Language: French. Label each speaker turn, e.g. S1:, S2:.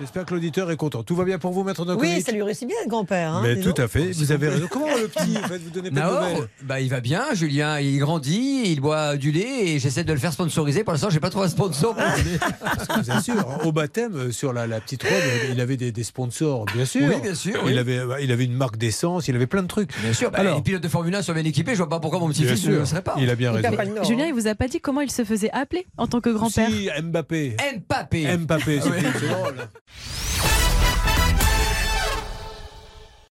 S1: J'espère que l'auditeur est content. Tout va bien pour vous, maître d'un
S2: Oui, ça lui réussit bien, le grand-père. hein,
S1: Mais
S2: dis
S1: tout
S2: donc.
S1: à fait, vous avez raison. Comment le petit, en fait, vous donnez pas de
S3: Nahor,
S1: nouvelles
S3: bah, il va bien, Julien, il grandit, il boit du lait et j'essaie de le faire sponsoriser. Pour l'instant, j'ai pas trouvé un sponsor. pour
S1: Ah.
S3: le lait.
S1: Je vous assure, hein, au baptême, euh, sur la, la petite robe, il avait des, des sponsors, bien sûr.
S3: Oui, bien sûr, oui.
S1: Il, avait, euh, il avait une marque d'essence, il avait plein de trucs.
S3: Bien sûr, bah,
S1: Alors,
S3: les pilotes de Formule 1 sont bien équipés, je vois pas pourquoi mon
S1: bien
S3: petit-fils ne
S1: sûr,
S3: le serait pas.
S1: il a bien
S2: Il
S1: raison.
S2: perd pas le nord,
S4: Julien,
S2: hein.
S4: il vous a pas dit comment il se faisait appeler en tant que grand-père
S1: Si, Mbappé.
S3: Mbappé
S1: Mbappé, c'est
S3: Ouais.
S1: c'est drôle.